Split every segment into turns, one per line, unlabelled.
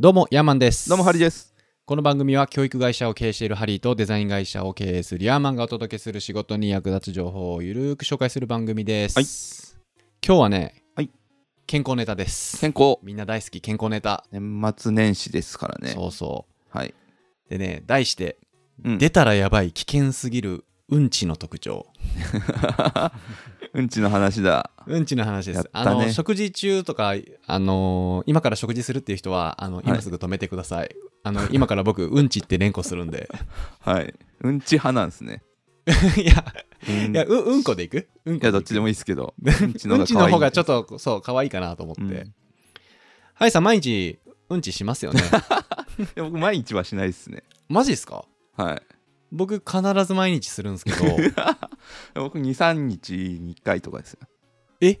どうも、ヤーマンです。
どうもハリ
です。
です。
この番組は教育会社を経営しているハリーとデザイン会社を経営するヤーマンがお届けする仕事に役立つ情報をゆるーく紹介する番組です。今日はね、
はい
健康ネタです。
健康
みんな大好き健康ネタ。
年末年始ですからね。
そうそ
はい。
う。でね、題して、
うん
出たらやばい危険すぎるうんちの特徴。
うんちの話だ。
うんちの話で
やっ
す。あ
たね
の食事中とか、あの今から食事するっていう人は、あの今すぐ止めてください。あの今から僕、うんちって連呼するん で。
はい。うんち派なんですね。
いや、
うん
いや、う、うんこでいくうんこ
いやどっちで
も
もいいですけど。うんち
うんちの方がちょっ
と。
と、そう、可愛いかなと思って。
うん
ハリさん、毎日、うんちしますよね。
いや僕、毎日はしないですね。
マジですか
はい。
僕、必ず毎日するんですけ ど、
僕、2、3日に1回とかですよ。
え
本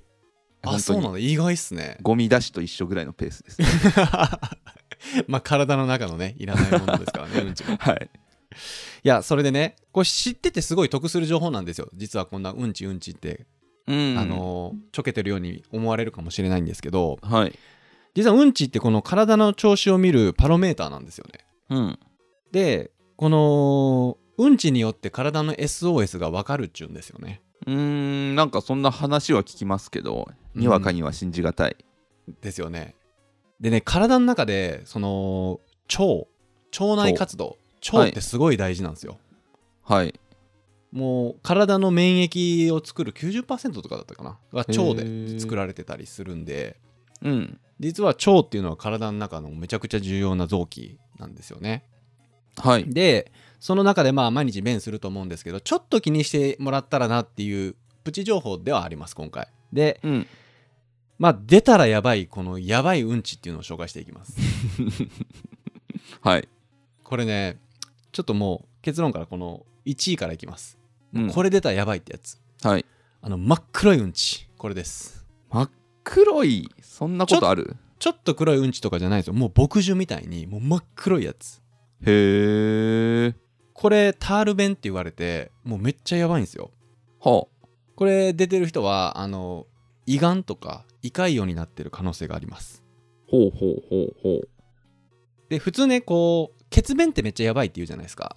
当
あ、
に
そうなの意外っすね。
ゴミ出しと一緒ぐらいのペースです。
まあ、体の中のね、いらないものです からね、うんちも。い
はい。
や、それでね、これ知っててすごい得する情報なんですよ。実はこんなうんちうんちって、
うん
あ、の、ちょけてるように思われるかもしれないんですけど、
はい。
実はうんちってこの体の調子を見るパロメーターなんですよね。
うん。
でこのうんちによって体の SOS が分かるっちゅうんですよね
うーん、なんかそんな話は聞きますけど、にわかには信じがたい。
ですよねでね体の中でその腸腸内活動腸ってすごい大事なんですよ、
はい。
もう体の免疫を作る90%とかだったかなが腸
へー
で作られてたりするんで
うん。
実は腸っていうのは体の中のめちゃくちゃ重要な臓器なんですよね
はい。
でその中でまあ毎日便すると思うんですけどちょっと気にしてもらったらなっていうプチ情報ではあります今回で
うん。
まあ出たらやばいこのやばいうんちっていうのを紹介していきます
はい。
これねちょっともう結論からこの1位からいきます、
うん
これ出たらやばいってやつ
はい。
あの真っ黒いうんちこれです
真っ黒い、そんなことある
ちょっと黒いうんちとかじゃないですよもう墨汁みたいにもう真っ黒いやつ
へえ。
これタール弁って言われてもうめっちゃやばいんですよ
は
これ出てる人はあの胃がんとか胃潰瘍になってる可能性があります
ほうほうほうほう。
で普通ねこう血便ってめっちゃやばいって言うじゃないですか、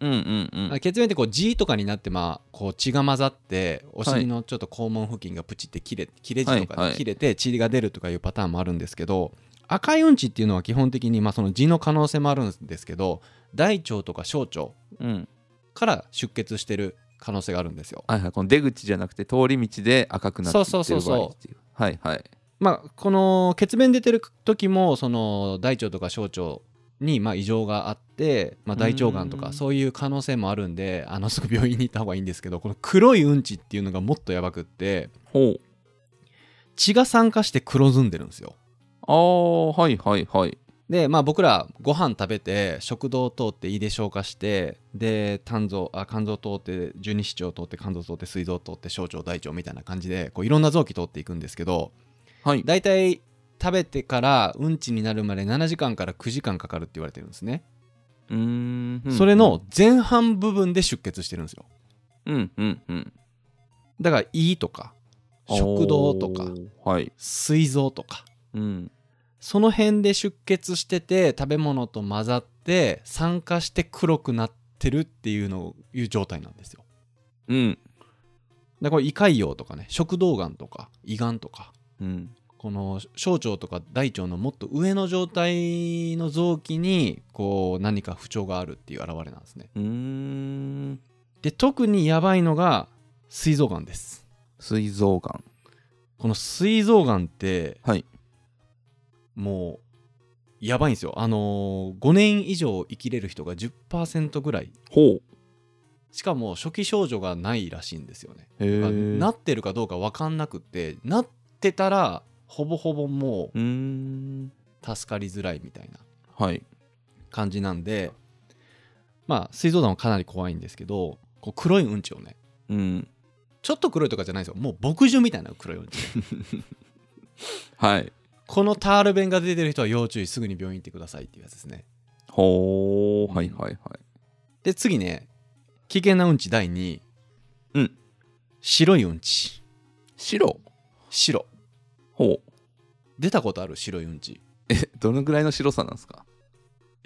うんうんうん。
血便ってこう G とかになってまあこう血が混ざってお尻のちょっと肛門付近がプチって切れ切れ字と
はい
か
は
で
い
切れて血が出るとかいうパターンもあるんですけど、赤いうんちっていうのは基本的にまあその痔の可能性もあるんですけど大腸とか小腸
うん。
から出血してる可能性があるんですよ
はいはい。この出口じゃなくて通り道で赤くなっていって
そうそうそうそう
る場合っていうはいはい。
まあ、この血便出てる時もその大腸とか小腸にまあ異常があって、まあ、大腸がんと
う
か
ん
そういう可能性もあるんであのすぐ病院に行った方がいいんですけどこの黒いうんちっていうのがもっとやばくって
ほう。
血が酸化して黒ずんでるんですよ。
ああ、はいはいはい。
でまあ僕らご飯食べて食道を通って胃で消化してで肝臓あ肝臓通って十二指腸通って肝臓通って膵臓通って小腸大腸みたいな感じでこういろんな臓器通っていくんですけど
はい。
大体食べてからうんちになるまで7時間から9時間かかるって言われてるんですね、
うーん。うん
それ、の前半部分で出血してるんですよ
うんうんうん。
だから胃とか食道とか。
はい。
膵臓とか
うん。
その辺で出血してて食べ物と混ざって酸化して黒くなってるっていうのをいう状態なんですよ
うん。
だからこれ胃潰瘍とかね食道がんとか胃がんとか
うん。
この小腸とか大腸のもっと上の状態の臓器にこう何か不調があるっていう現れなんですね
うーん。
で特にやばいのが膵臓がんです
膵臓がん。
この膵臓がんって、
はい
もうやばいんですよあのー、5年以上生きれる人が10%ぐらい
ほう。
しかも初期症状がないらしいんですよね
へ
だから
え。
なってるかどうか分かんなくてなってたらほぼほぼも
うーん。
う助かりづらいみたいな
はい。
感じなんでまあ膵臓がんはかなり怖いんですけどこう黒いうんちをね
うん。
ちょっと黒いとかじゃないんですよもう牧汁みたいな黒いうんち
はい。
このタール弁が出てる人は要注意すぐに病院行ってくださいっていうやつですね
ほう。はいはいはい。
で次ね危険なうんち第2位
うん
白いうんち
白。
白
ほう。
出たことある白いうんち
ええ どのぐらいの白さなんです か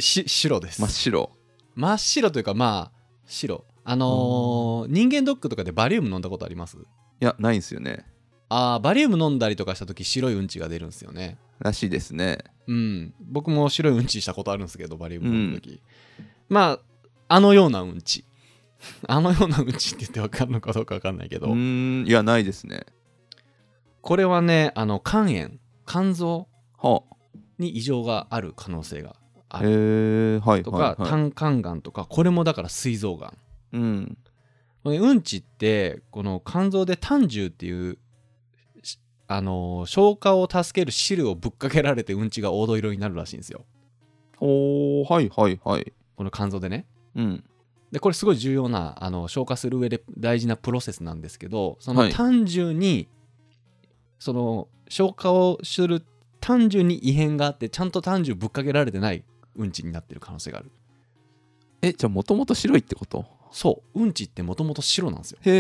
し白です
真っ白
真っ白というかまあ白あのー人間ドックとかでバリウム飲んだことあります
いやないんですよね
あーバリウム飲んだりとかした時白いうんちが出るんですよね
らしいですね
うん僕も白いうんちしたことあるんですけどバリウム飲んだ時、まああのようなうんち あのようなうんちって言って分かるのかどうか分かんないけ
う
ど、
ーんいやないですね
これはねあの肝炎肝臓
は
に異常がある可能性があ
あへ
る
えはい
と
は
か
いはい
胆管がんとかこれもだから膵臓がん
うん
これうんちってこの肝臓で胆汁っていうしあのー消化を助ける汁をぶっかけられてうんちが黄土色になるらしいんですよ
おーはいはいはい
この肝臓でね
うん
でこれすごい重要なあの消化する上で大事なプロセスなんですけどそ
は
の
い
胆汁に、その消化をする胆汁に異変があってちゃんと胆汁ぶっかけられてないうんちになってる可能性がある
えじゃあもともと白いってこと
そううんちってもともと白なんですよ
へ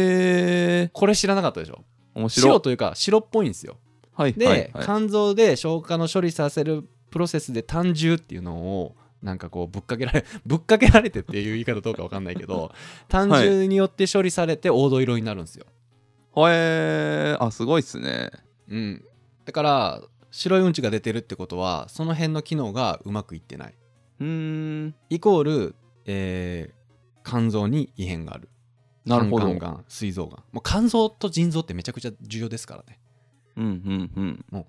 え
これ知らなかったでしょ
面白い
白というか白っぽいんですよ
はい
で、
はいはい
肝臓で消化の処理させるプロセスで胆汁っていうのをなんかこうぶっかけられ ぶっかけられてっていう言い方どうかわかんないけど胆汁によって処理されて黄土色になるんですよ、
へえあすごいっすね
うん、だから白いうんちが出てるってことはその辺の機能がうまくいってないう
ーん
イコール、えー肝臓に異変がある
なるほど
肝がん膵臓がんもう肝臓と腎臓ってめちゃくちゃ重要ですからね
うんうんうん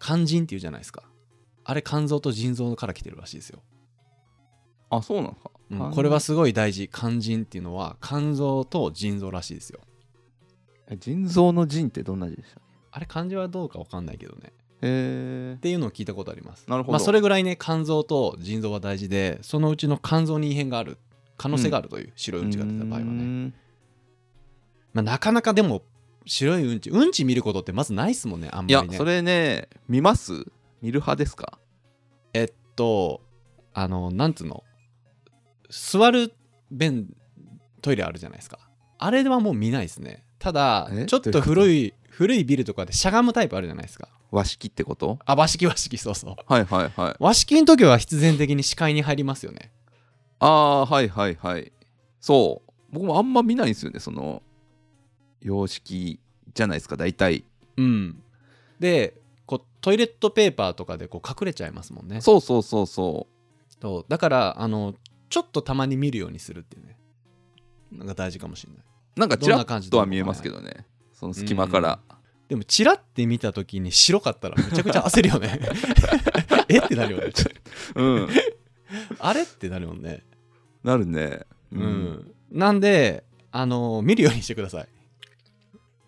肝腎っていうじゃないですかあれ肝臓と腎臓から来てるらしいですよ
あそうなのか、
うん
あー
これはすごい大事肝腎っていうのは肝臓と腎臓らしいですよ
え腎臓の腎ってどんな字でした
あれ漢字はどうかわかんないけどね
へえ
っていうのを聞いたことあります
なるほど
まあそれぐらいね肝臓と腎臓は大事でそのうちの肝臓に異変がある可能性があるという、白いうんちが出た場合はね、まあ、なかなかでも白いうんちうんち見ることってまずないっすもんねあん
いや
まりね
それね見ます見る派ですか
えっとあのなんつうの座る便トイレあるじゃないですかあれはもう見ないですねただ
え
ちょっと
どういうこと
古い古いビルとかでしゃがむタイプあるじゃないですか
和式ってこと
あ和式和式そうそう
はいはいはい
和式の時は必然的に視界に入りますよね
ああーはいはいはいそう僕もあんま見ないんですよねその様式じゃないですか大体
うんでこうトイレットペーパーとかでこう隠れちゃいますもんね
そうそうそうそ
そうだからあのちょっとたまに見るようにするっていうねなんか大事かもしれないう
なんかち
どん
ら
な
っ
感じ
とは見えますけどねその隙間から
でもチラって見た時に白かったらめちゃくちゃ焦るよ ねえってなるよね
うん、
あれってなるもんね
なるね
うん、なんであの見るようにしてください、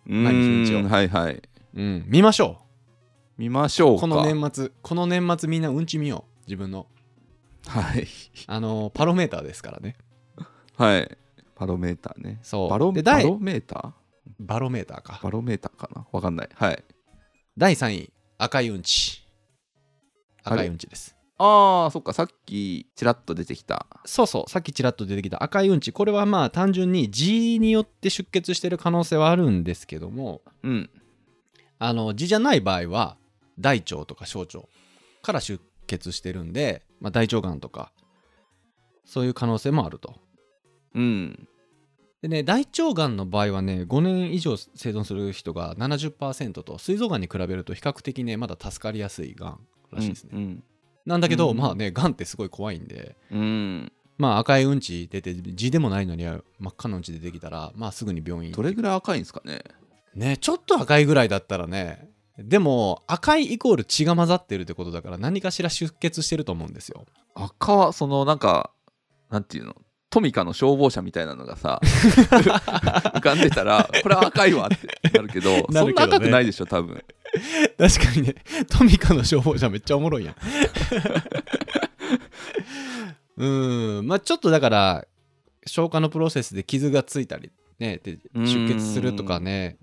うん
毎日一応
はいはい
うん、見ましょ
見ましょう
う
か
この年末この年末みんなうんち見よう自分の
はい
あのパロメーターですからね
はいパロメーターね
そう
バロ
で
バ
第
ロメータ
バロメーターか
ーバロメーターかなわかんないはい
第3位赤いうんち
あれ
赤いうんちです
あーそっかさっきちらっと出てきた
そうそうさっきちらっと出てきた赤いうんちこれはまあ単純に G によって出血してる可能性はあるんですけども
うん
あの痔じゃない場合は大腸とか小腸から出血してるんで、まあ、大腸がんとかそういう可能性もあると。
うん
でね大腸がんの場合はね5年以上生存する人が70%と膵臓がんに比べると比較的ねまだ助かりやすいがんらしいですね。
うん
なんだけど、
うん
まあねがんってすごい怖いんで。
うん
まあ赤いうんち出て痔でもないのに真っ赤なうんち出てきたらまあすぐに病院
どれぐらい赤いんですかね
ねちょっと赤いぐらいだったらねでも赤いイコール血が混ざってるってことだから何かしら出血してると思うんですよ
赤はそのなんかなんていうのトミカの消防車みたいなのがさ 浮かんでたらこれは赤いわって なるけど
な
そ
るけどね
んな赤くないでしょ多分
確かにねトミカの消防車めっちゃおもろいやんうーん まあちょっとだから消化のプロセスで傷がついたりねで
うーん
出血するとかね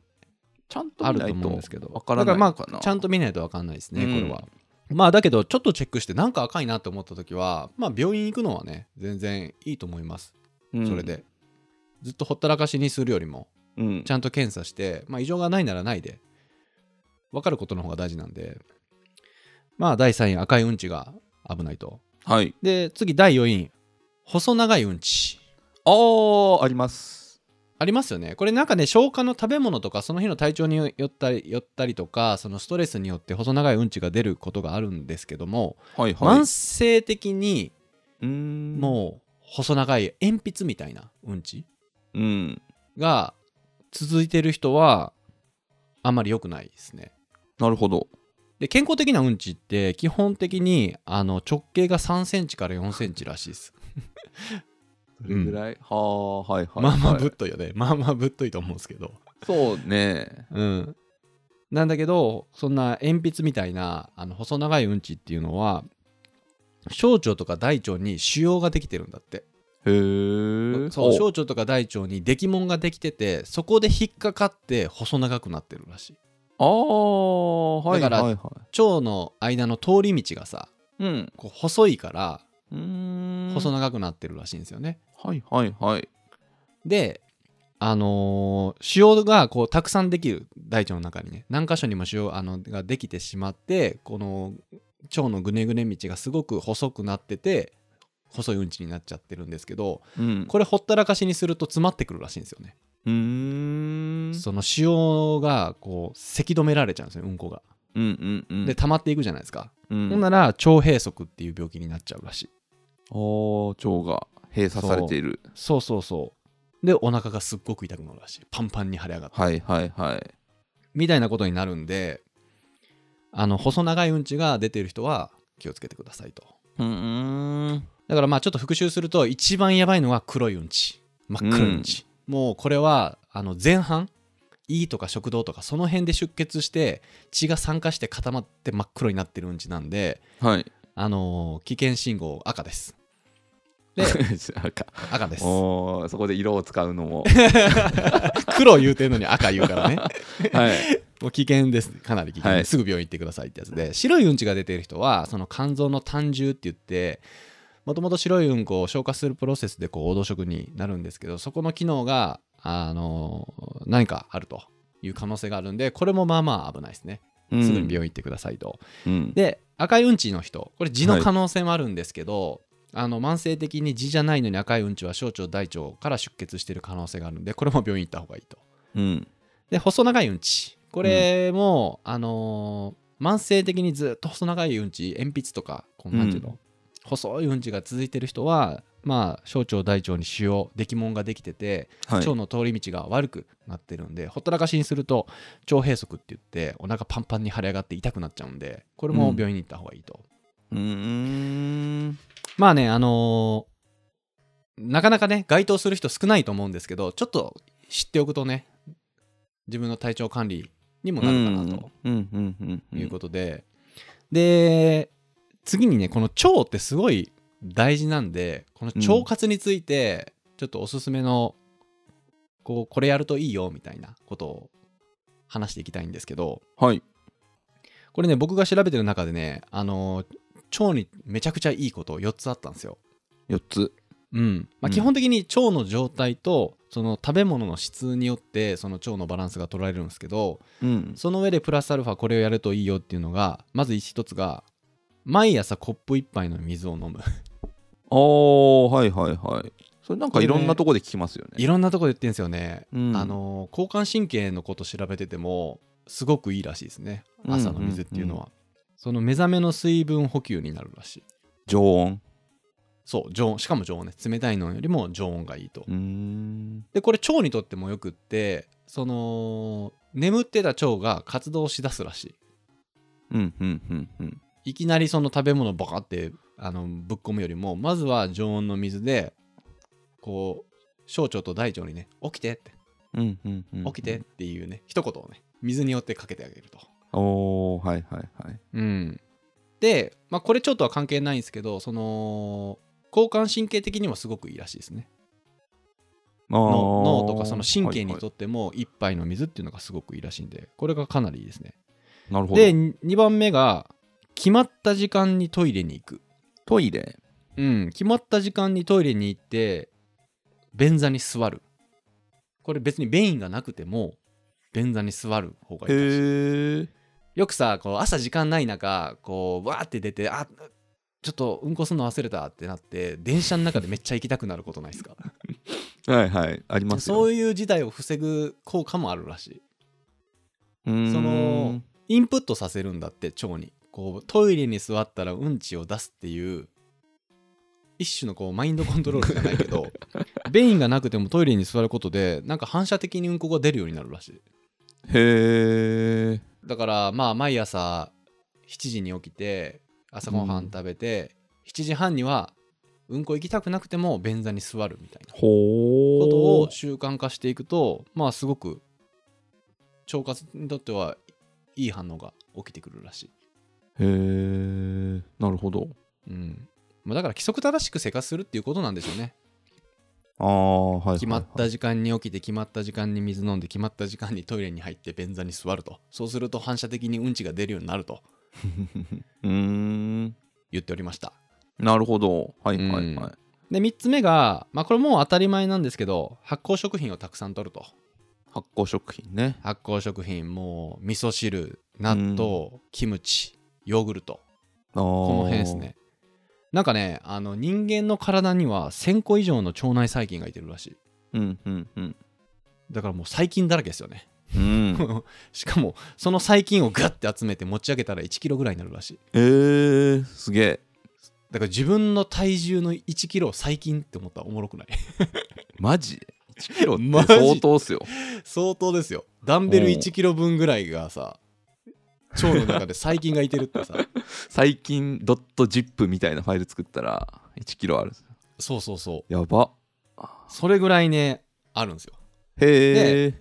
ちゃんと
ある
見な
と
い
思うん
と
ですけど
わからな
だ
いの
か
から
ま
な
あちゃんと見ないと分かんないですね
うん
これは、まあだけどちょっとチェックしてなんか赤いなと思った時はまあ病院行くのはね全然いいと思いますそれ、で、ずっとほったらかしにするよりも
うんうん
ちゃんと検査して、まあ、異常がないならないで分かることの方が大事なんでまあ第3位赤いうんちが危ないと
はい
で次第4位細長いうんち
あーあります
ありますよねこれなんかね消化の食べ物とかその日の体調によったりよったりとかそのストレスによって細長いうんちが出ることがあるんですけども、
はいはい
慢性的に
うーん
もう細長い鉛筆みたいなうんち
ううん
が続いてる人はあんまり良くないですね。
なるほど
で健康的なうんちって基本的にあの直径が3センチから4センチらしい です。
どれぐらい、はあはいはい、はい、
まあまあぶっといよね。まあまあぶっといと思うんですけど。
そうね
うん。なんだけどそんな鉛筆みたいなあの細長いうんちっていうのは小腸とか大腸に腫瘍ができてるんだって。
へえ
そう小腸とか大腸にできもんができててそこで引っかかって細長くなってるらしい。
ああはい
だ
は
から
いはい
腸の間の通り道がさ
うん
こう細いから
うーん
細長くなってるらしいんですよね。
はいはいはい
であのー、塩がこうたくさんできる大腸の中にね何箇所にも塩あのができてしまってこの腸のぐねぐね道がすごく細くなってて細いうんちになっちゃってるんですけど
うん
これほったらかしにすると詰まってくるらしいんですよね。
うーん
その塩がこうせき止められちゃうんですようんこが。
うんうんうん
で溜まっていくじゃないですか。
うん
ほんなら腸閉塞っていう病気になっちゃうらしい。
おー腸が閉鎖されている
そうそうそう。で、お腹がすっごく痛くなるらしい。パンパンに腫れ上がって。
はいはいはい
みたいなことになるんで、あの、細長いうんちが出てる人は気をつけてくださいと。
うーん
だからまあちょっと復習すると、一番やばいのは黒いうんち。真っ黒いうんち。もうこれは、あの、前半、胃とか食道とかその辺で出血して血が酸化して固まって真っ黒になってるうんちなんで、
はい
あのー危険信号赤です。で
なんか
赤です。
おーそこで色を使うの も
黒言うてんのに赤言うからね。
はい
もう危険ですかなり危険です、
はい
すぐ病院行ってくださいってやつで白いうんちが出てる人はその肝臓の胆汁って言ってもともと白いうんこを消化するプロセスでこう黄土色になるんですけどそこの機能が、あの何かあるという可能性があるんでこれもまあまあ危ないですね
うん
すぐに病院行ってくださいと、
うん
で赤いうんちの人これ痔の可能性もあるんですけど、あの慢性的に痔じゃないのに赤いうんちは小腸大腸から出血してる可能性があるんでこれも病院行った方がいいと
うん
で細長いうんちこれも、あのー慢性的にずっと細長いうんち鉛筆とかこんなんていうの、
う
細いうんちが続いてる人はまあ小腸大腸に腫瘍できもんができてて、
はい
腸の通り道が悪くなってるんでほったらかしにすると腸閉塞って言ってお腹パンパンに腫れ上がって痛くなっちゃうんでこれも病院に行った方がいいと、
うーん
まあねあのーなかなかね該当する人少ないと思うんですけどちょっと知っておくとね自分の体調管理にもなるかなと、
うんうんうんうん
いうことで、で次にねこの腸ってすごい大事なんでこの腸活についてちょっとおすすめの、こうこれやるといいよみたいなことを話していきたいんですけど
とはい
これね僕が調べてる中でねあの腸にめちゃくちゃいいこと4つあったんですよ。
4つ
うんま
う
あ、
ん
基本的に腸の状態とその食べ物の質によってその腸のバランスが取られるんですけど、
うん
その上でプラスアルファこれをやるといいよっていうのがまず一つが毎朝コップ一杯の水を飲む
あーはいはいはいそれなんかいろんなとこで聞きますよね
いろんなとこで言ってんですよね、
うん
あの交感神経のこと調べててもすごくいいらしいですね朝の水っていうのは、その目覚めの水分補給になるらしい
常温
そう常温しかも常温ね冷たいのよりも常温がいいと、
うーん
でこれ腸にとってもよくってその眠ってた腸が活動しだすらしい
うんうんうんうん
いきなりその食べ物バカってあのぶっ込むよりもまずは常温の水でこう小腸と大腸にね起きてって
うんうんうん
起きてっていうね一言をね水によってかけてあげると。
おおはいはいはい
うん、で、まあ、これ腸とは関係ないんですけどその交感神経的にもすごくいいらしいですね。の脳とかその神経に
っ
とっても一杯の水っていうのがすごくいいらしいんでこれがかなりいいですね。
てなるほど
で2番目が決まった時間にトイレに行く。
トイレ
うん、決まった時間にトイレに行って便座に座るこれ別に便意がなくても便座に座る方がいいらしい
へえ
よくさこう朝時間ない中こうわーって出てあちょっとうんこすんの忘れたってなって電車の中でめっちゃ行きたくなることないです か
はいはいありますよ
そういう事態を防ぐ効果もあるらし
うーん
そのいインプットさせるんだって腸にこうトイレに座ったらうんちを出すっていう一種のこうマインドコントロールじゃないけど便意がなくてもトイレに座ることでなんか反射的にうんこが出るようになるらしい
へえ
だからまあ毎朝7時に起きて朝ごはん食べて、7時半にはうんこ行きたくなくても便座に座るみたいな
ほ
ことを習慣化していくとまあすごく腸活にとってはいい反応が起きてくるらしい、
へえなるほど
うんまあ、だから規則正しく生活するっていうことなんでしょうね
ああはいはいはい
決まった時間に起きて決まった時間に水飲んで決まった時間にトイレに入って便座に座るとそうすると反射的にうんちが出るようになると
うーん
言っておりました
なるほどはいはいはい、
うんで3つ目が、まあ、これもう当たり前なんですけど発酵食品をたくさん摂ると
発酵食品ね
発酵食品もう味噌汁納豆、キムチヨーグルト
あ
こ
こ
の辺ですねなんかねあの人間の体には1000個以上の腸内細菌がいてるらしい
うんうんうん
だからもう細菌だらけですよね
うん
しかもその細菌をガッて集めて持ち上げたら1キロぐらいになるらしい
えー、すげえ
だから自分の体重の1キロを細菌って思ったらおもろくない
マジ1キロ って
マジ
相当っすよ
相当ですよダンベル
うん
1キロ分ぐらいがさ腸の中で細菌がいてるってさ
最近 .zip みたいなファイル作ったら1キロある
そうそうそう
やば
それぐらいねあるんですよ
へえ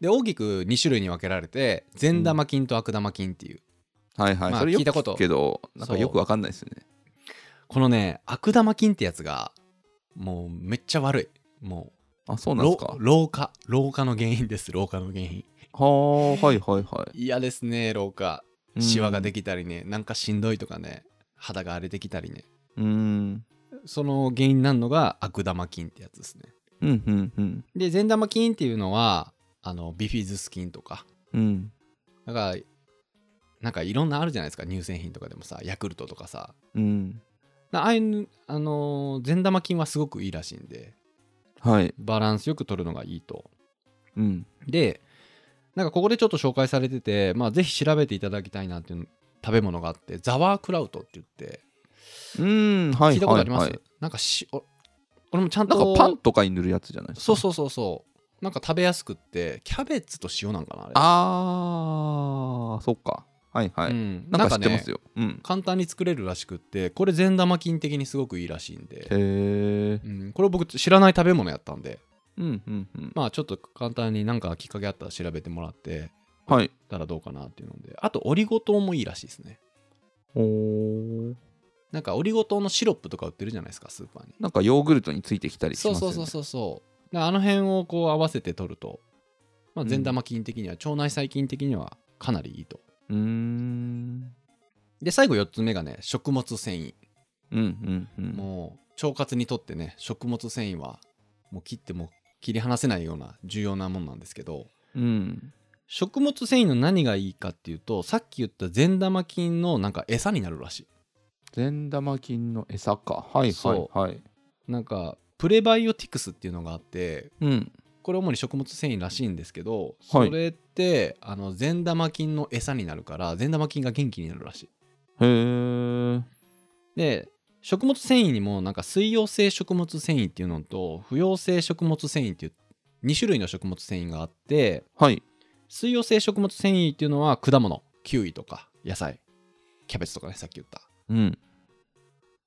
で大きく2種類に分けられて善玉菌と悪玉菌っていう、
はいはい、
まあ
それよ
聞い
く
たこと
聞くけどなんかよくわかんないですよね
このね悪玉菌ってやつがもうめっちゃ悪いも
あそううなんで
老
すかは
老化老化の原因です老化の原因
あはいはいは
嫌ですね老化
い
シワがで
き
きたりね、なんかしんどいとかね肌が荒れてきたりね
うん
その原因になるのが悪玉菌ってやつですね
うんうんうん
で善玉菌っていうのはあのビフィズス菌とか
うん
だからなんかいろんなあるじゃないですか乳製品とかでもさヤクルトとかさ
うん
なああいう、あのー善玉菌はすごくいいらしいんで
はい
バランスよく取るのがいいと
うん
でなんかここでちょっと紹介されててまあぜひ調べていただきたいなっていう食べ物があってザワークラウトって言って
うんはい
聞いたことあります、
はいはい
なんかしお俺もちゃん
な
と
んかパンとかに塗るやつじゃないですか
そうそうそうそうなんか食べやすくってキャベツと塩なんかなあれ
あーそっかはいはい、
うん、
なんか知ってます
よ
よ、うん
簡単に作れるらしくってこれ善玉菌的にすごくいいらしいんで、
へえ
うん、これ僕知らない食べ物やったんで
うんうんうん
まあちょっと簡単になんかきっかけあったら調べてもらって
はい
たらどうかなっていうのであとオリゴ糖もいいらしいですね
おー
なんかオリゴ糖のシロップとか売ってるじゃないですかスーパーに、
なんかヨーグルトについてきたりし
そう
ます
そ
よ
う
ね
そうそうそうだからあの辺をこう合わせて取ると、まあ、
うん
善玉菌的には、腸内細菌的にはかなりいいと
うーん
で最後4つ目がね食物繊維
うんうんうん
もう腸活にとってね食物繊維はもう切っても切り離せないような重要なもんなんですけど
うん
食物繊維の何がいいかっていうとさっき言った善玉菌のなんか餌になるらしい
善玉菌の餌かはいはい
そ
はい
なんかプレバイオティクスっていうのがあって
うん
これ主に食物繊維らしいんですけどそ
はい
れって、あの善玉菌の餌になるから善玉菌が元気になるらしい
へえ
で食物繊維にもなんか水溶性食物繊維っていうのと不溶性食物繊維っていう2種類の食物繊維があって
はい
水溶性食物繊維っていうのは果物キウイとか野菜キャベツとかねさっき言った
うん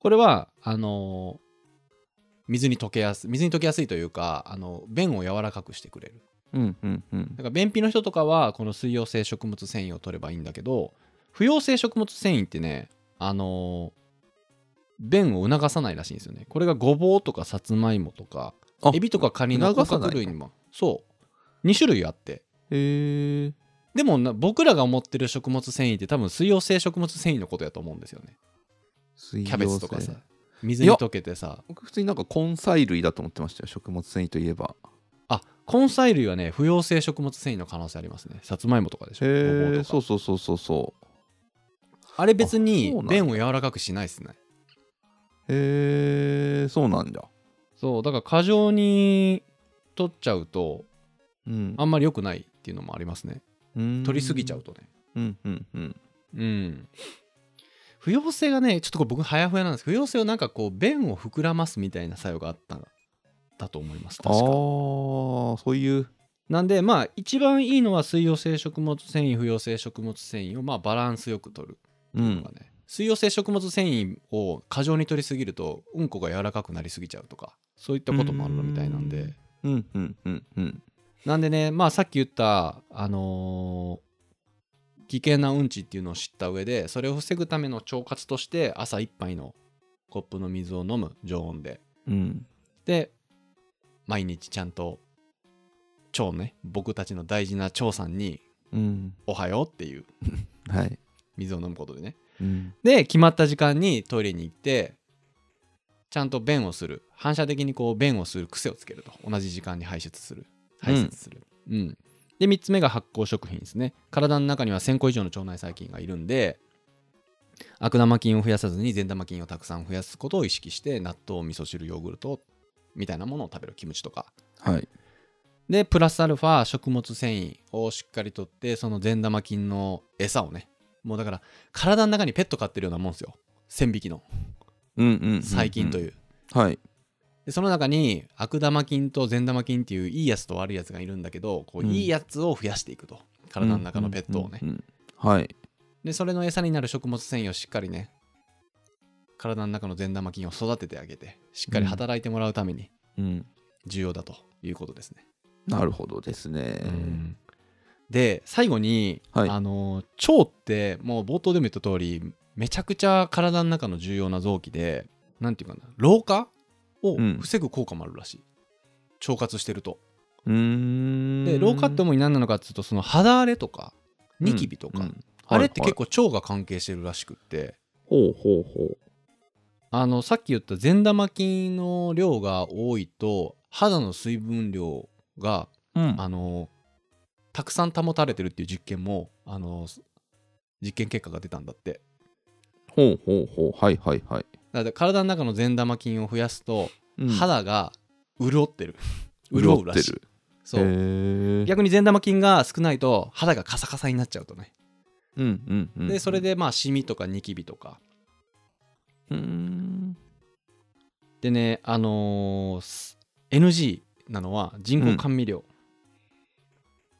これはあのー水に溶けやす水に溶けやすいというかあの便を柔らかくしてくれる
うんうんうん
だから便秘の人とかはこの水溶性食物繊維を取ればいいんだけど不溶性食物繊維ってねあのー便を促さないらしいんですよねこれがごぼうとかさつまいもとか
あ
エビとかカニの
促
甲
さない
殻類にもそう2種類あって
へえ
でもな僕らが思ってる食物繊維って多分水溶性食物繊維のことやと思うんですよね
キ
キャベツとかさ水に溶けてさ
僕普通になんか根菜類だと思ってましたよ食物繊維といえば
あ根菜類はね不溶性食物繊維の可能性ありますねさつまいもとかでしょごぼうと
へえ
か
そうそうそうそうそう
あれ別に
あそうなんだ
便を柔らかくしないですね
へえそうなんだ
そうだから過剰に取っちゃうと
うん
あんまり良くないっていうのもありますね取りすぎちゃうとね
うんうんうん
うん不溶性がねちょっとこれ僕はやふやなんですけど不溶性をなんかこう便を膨らますみたいな作用があったんだと思います
ああ
確か
ーそういう
なんでまあ一番いいのは水溶性食物繊維不溶性食物繊維をまあバランスよく取る
う
と
ん
かね、水溶性食物繊維を過剰に取りすぎるとうんこが柔らかくなりすぎちゃうとかそういったこともあるみたいなんで
うんうんうんうんうん
なんでねまあさっき言ったあのー危険なうんちっていうのを知った上でそれを防ぐための腸活として朝一杯のコップの水を飲む常温で
うん
で毎日ちゃんと腸ね僕たちの大事な腸さんに
うん
「おはよう」っていう
はい
水を飲むことでね
うん
で決まった時間にトイレに行ってちゃんと便をする反射的にこう便をする癖をつけると同じ時間に排出する排出する、うんで3つ目が発酵食品ですね体の中には1000個以上の腸内細菌がいるんで悪玉菌を増やさずに善玉菌をたくさん増やすことを意識して納豆味噌汁ヨーグルトみたいなものを食べるキムチとか
はい
でプラスアルファ食物繊維をしっかりとってその善玉菌の餌をねもうだから体の中にペット飼ってるようなもんですよ1000匹の
うんうんうんうん
細菌という、
はい
でその中に悪玉菌と善玉菌っていういいやつと悪いやつがいるんだけどこう
うん
いいやつを増やしていくと、体の中のペットをね、
うんうんうんはい
でそれの餌になる食物繊維をしっかりね体の中の善玉菌を育ててあげてしっかり働いてもらうために
うん
重要だということですね、
なるほどですね
うんで最後に、
はい
あの腸ってもう冒頭でも言った通りめちゃくちゃ体の中の重要な臓器でなんていうかな老化を
うん
防ぐ効果もあるらしい、腸活してると
うーん
で老化って主に何なのかっていうとその肌荒れとかニキビとか、
うんうん
あれって
はい
結構腸が関係してるらしくって、
ほうほうほう
あのさっき言った善玉菌の量が多いと肌の水分量が
うん
あのたくさん保たれてるっていう実験もあの実験結果が出たんだって
ほうほうほうはいはいはい
だから体の中の善玉菌を増やすと、
うん
肌が潤ってる
潤
潤う
って
ら
る
しいそ
へ
う
ー
逆に善玉菌が少ないと肌がカサカサになっちゃうとね
うんうんうん
でそれでまあシミとかニキビとか
うーん
でねあのーす NG なのは人工甘味料、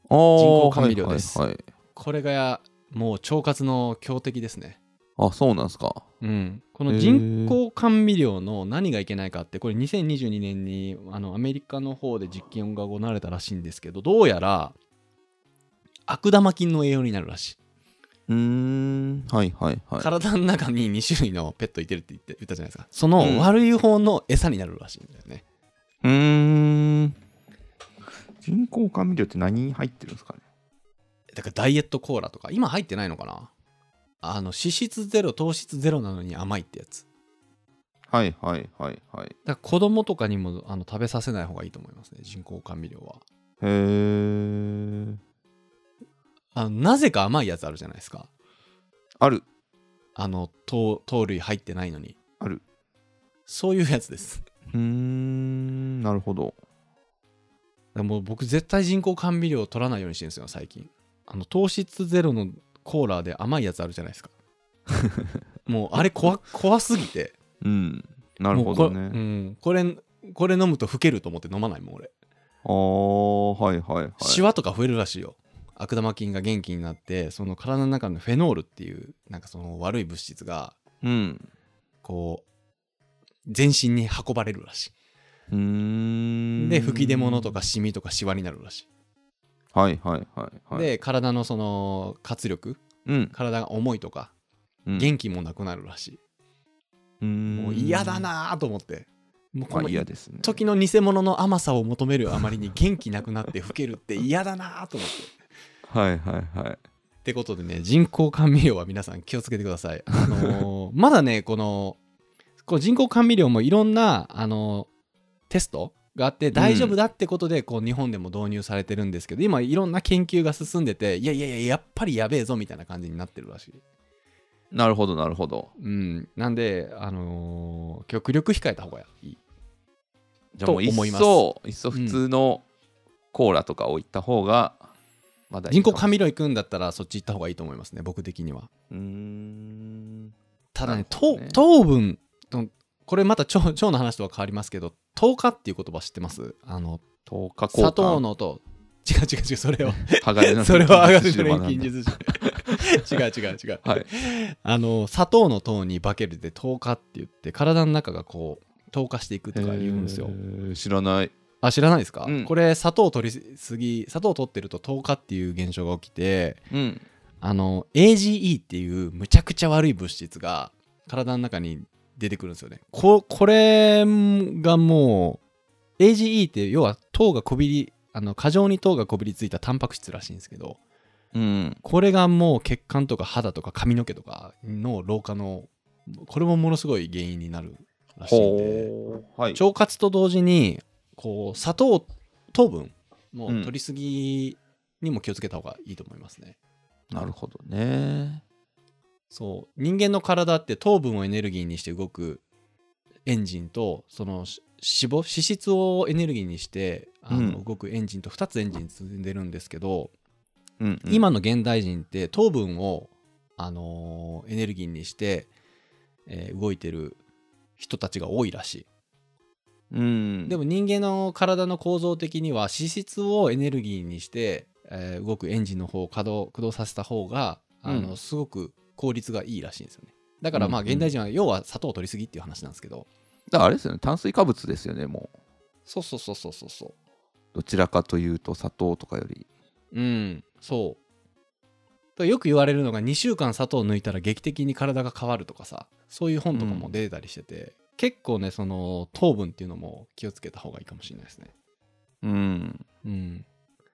あー
人工甘味料です
はいはいはい
これがもう腸活の強敵ですね
あそうなんすか
うん、こ
へ
の
ー
人工甘味料の何がいけないかってこれ2022年にあのアメリカの方で実験が行われたらしいんですけどどうやら悪玉菌の栄養になるらしい、
うーんはいはいはい
体の中に2種類のペットいてるって言って言ったじゃないですかそ
うん
の悪い方の餌になるらしいんだよね、
うーん人工甘味料って何入ってるんですかね
だからダイエットコーラとか今入ってないのかなあの脂質ゼロ糖質ゼロなのに甘いってやつ
はいはいはいはい
だから子供とかにもあの食べさせない方がいいと思いますね人工甘味料は
へえ
あのなぜか甘いやつあるじゃないですか
ある
あの糖糖類入ってないのに
ある
そういうやつです
うーんなるほど
だからもう僕絶対人工甘味料を取らないようにしてるんですよ最近あの糖質ゼロのコーラで甘いやつあるじゃないです かもうあれ怖怖すぎて
うんなるほど
もう
ね
これ,、うん、これこれ飲むと老けると思って飲まないもん俺、
あーはいはいはい
シワとか増えるらしいよ悪玉菌が元気になってその体の中のフェノールっていうなんかその悪い物質が
うん
こう全身に運ばれるらし
うー
い
ん
で吹き出物とかシミとかシワになるらしい
はいはいはいはい
で体のその活力
うん
体が重いとか
うん
元気もなくなるらしい、も
も
う嫌だなぁと思ってもう
ま
こ
あ
の
嫌ですね
時の偽物の甘さを求めるあまりに元気なくなって老けるって嫌だなぁと思って
はいはいはい
ってことでね人工甘味料は皆さん気をつけてくださいあ のーまだねこのこう人工甘味料もいろんなあのーテストがあって大丈夫だってことでこう日本でも導入されてるんですけど、今いろんな研究が進んでていやいやいややっぱりやべえぞみたいな感じになってるらしい
なるほどなるほど
うん、なんで、あのー極力控えた方がいい。
じゃあもういっ
と思います
そいっそ普通のコーラとかを行った方がまだいい
人工
かも
甘味料行くんだったらそっち行った方がいいと思いますね、僕的には。
うーん
ただね、
なるほ
糖
どね
糖分と、これまた腸腸の話とは変わりますけど、糖化っていう言葉知ってますあの
糖化交換
砂糖の糖。違う違う違う、それは。
鋼の
それは上が
錬金
る
術師で
の
学ん
錬
だ
金術師。 違う違う違う。
はい
あの砂糖の糖に化けるで糖化って言って体の中がこう糖化していくとか言うんですよ
へ。ー知らない
あ知らないですか、
うん
これ砂糖取りすぎ砂糖取ってると糖化っていう現象が起きて
うん
あの AGE っていうむちゃくちゃ悪い物質が体の中に出てくるんですよね。ここれがもう AGE って要は糖がこびりあの過剰に糖がこびりついたタンパク質らしいんですけど
うん
これがもう血管とか肌とか髪の毛とかの老化のこれもものすごい原因になるらしいんで
ほうはい
腸活と同時にこう砂糖糖分も
うん
取りすぎにも気をつけた方がいいと思いますね、
なるほどね
そう人間の体って糖分をエネルギーにして動くエンジンとそのし脂肪脂質をエネルギーにしてあの
うん
動くエンジンと2つエンジン積んでるんですけど、
うんうん
今の現代人って糖分を、あのーエネルギーにして、えー動いてる人たちが多いらし
うん
いでも人間の体の構造的には脂質をエネルギーにして、えー動くエンジンの方を稼働駆動させた方があの、
うん
すごく効率がいいらしいんですよねだからまあ
うんうん
現代人は要は砂糖を取りすぎっていう話なんですけど、
だからあれですよね炭水化物ですよねもう
そうそうそうそうそうそう
どちらかというと砂糖とかより
うん、そう。だからよく言われるのが2週間砂糖抜いたら劇的に体が変わるとかさそういう本とかも出てたりしてて、結構ねその糖分っていうのも気をつけた方がいいかもしれないですね。
うん
うん、っ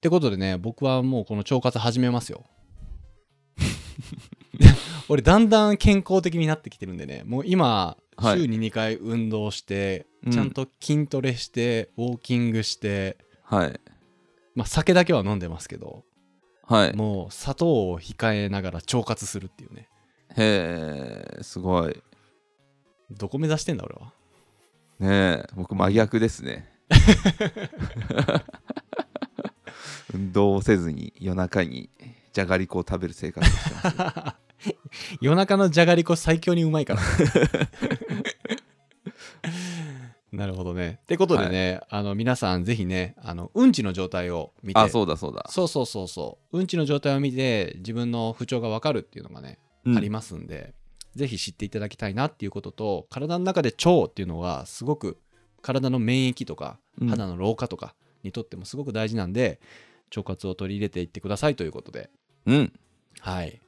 てことでね僕はもうこの腸活始めます よ。俺だんだん健康的になってきてるんでねもう今
はい
週に2回運動して、
うん
ちゃんと筋トレしてウォーキングして、
はい
まあ、酒だけは飲んでますけど
はい
もう砂糖を控えながら腸活するっていうね。
へえすごい
どこ目指してんだ俺は。
ねえ僕真逆ですね運動をせずに夜中にじゃがりこを食べる生活をしてます
夜中のじゃがりこ最強にうまいから。 なるほどね。ってことでね、あの皆さんぜひねあのうんちの状態を見て
あそうだそうだ、
そうそうそうそううんちの状態を見て自分の不調がわかるっていうのがね、ありますんでぜひ知っていただきたいなっていうことと体の中で腸っていうのはすごく体の免疫とか
うん
肌の老化とかにとってもすごく大事なんで、腸活を取り入れていってくださいということで
うんや
はい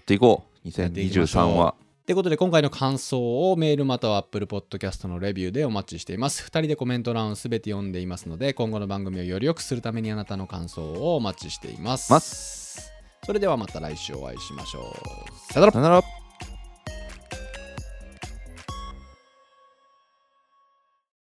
っていこう
やっていきまし
2023
ょう
は
ってことで今回の感想をメールまたは Apple Podcast のレビューでお待ちしています2人でコメント欄を全て読んでいますので今後の番組をより良くするためにあなたの感想をお待ちしています
ま
それではまた来週お会いしましょうさよなら
さよなら